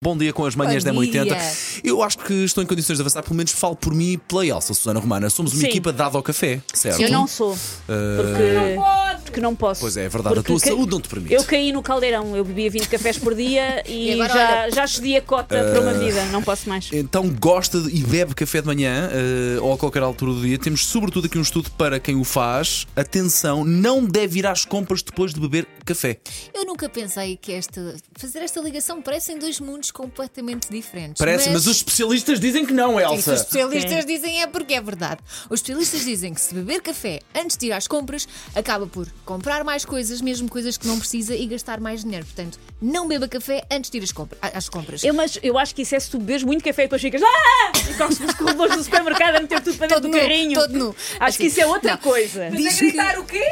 Bom dia com as manhãs da Bom dia. 80 Eu acho que estou em condições de avançar, pelo menos falo por mim e pela Elsa Susana Romana. Somos uma Sim. equipa dada ao café, certo? Eu não sou. Porque não, porque não posso. Ah, Pois é, é verdade, a Porque tua que- saúde não te permite. Eu caí no caldeirão, eu bebia 20 cafés por dia e, E agora, já, olha- já cedi a cota para Ah. uma vida, não posso mais. Então gosta de- e bebe café de manhã eh, ou a qualquer altura do dia. Temos sobretudo aqui um estudo para quem o faz. Atenção, não deve ir às compras depois de beber café. Eu nunca pensei que esta, fazer esta ligação parecem dois mundos completamente diferentes. Parece, mas, os especialistas dizem que não, E se os Elsa. especialistas dizem é porque é verdade. Os especialistas dizem que se beber café antes de ir às compras, acaba por comprar mais coisas, mesmo coisas que não precisa, e gastar mais dinheiro. Portanto, não beba café antes de ir às compra- às compras. Eu, mas eu acho que isso é se tu bebes muito café e depois ficas ah! e corres nos corredores do supermercado a meter tudo para dentro Todo do nu, carrinho. todo nu. Acho que isso é Assim, outra Não. coisa. Diz que- o quê?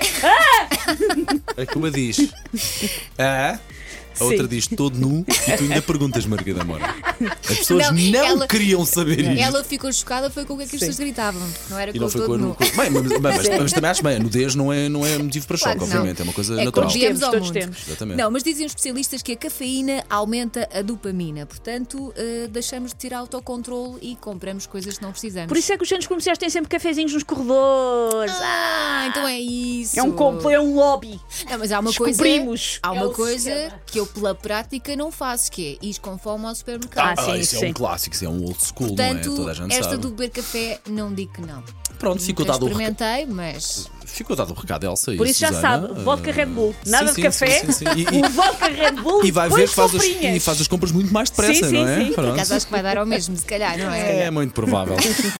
A Cuma É diz. Ah, a outra Sim. diz todo nu e tu ainda perguntas, Margarida Mora. As pessoas não, Não, ela- queriam saber isto. Ela ficou chocada, foi com o que, é que as pessoas gritavam. Não era E com não o foi todo com a nu. nu- Bem, mas, mas- mas também acho bem, a nudez não é, não é motivo para choque, Claro que não. obviamente. É uma coisa É natural. como viemos ao Todos mundo. temos. Exatamente. Não, mas dizem os especialistas que a cafeína aumenta a dopamina. Portanto, eh, deixamos de ter autocontrole e compramos coisas que não precisamos. Por isso é que os centros comerciais têm sempre cafezinhos nos corredores. Ah, então é isso. É um complo, é um lobby. Não, mas há uma coisa, Descobrimos. há É uma o coisa sistema. que eu pela prática não faço, que é ir com fome ao Ah, supermercado. Ah, sim, isso é sim. um clássico, isso é um old school, não é? Portanto, Toda a gente esta sabe. do beber café não digo que não. Pronto, ficou Já dado, o recado, experimentei, mas ficou dado o recado, Elsa. e Por isso já Susana. sabe, vodka Ah, Red Bull, sim, nada sim, de café, sim, sim, sim. E- o vodka Red Bull E, e vai ver depois que faz as, soprinhas. e faz as compras muito mais depressa, Sim, sim, não é? sim. por Pronto. acaso acho que vai dar ao mesmo, se calhar, não é? É muito provável.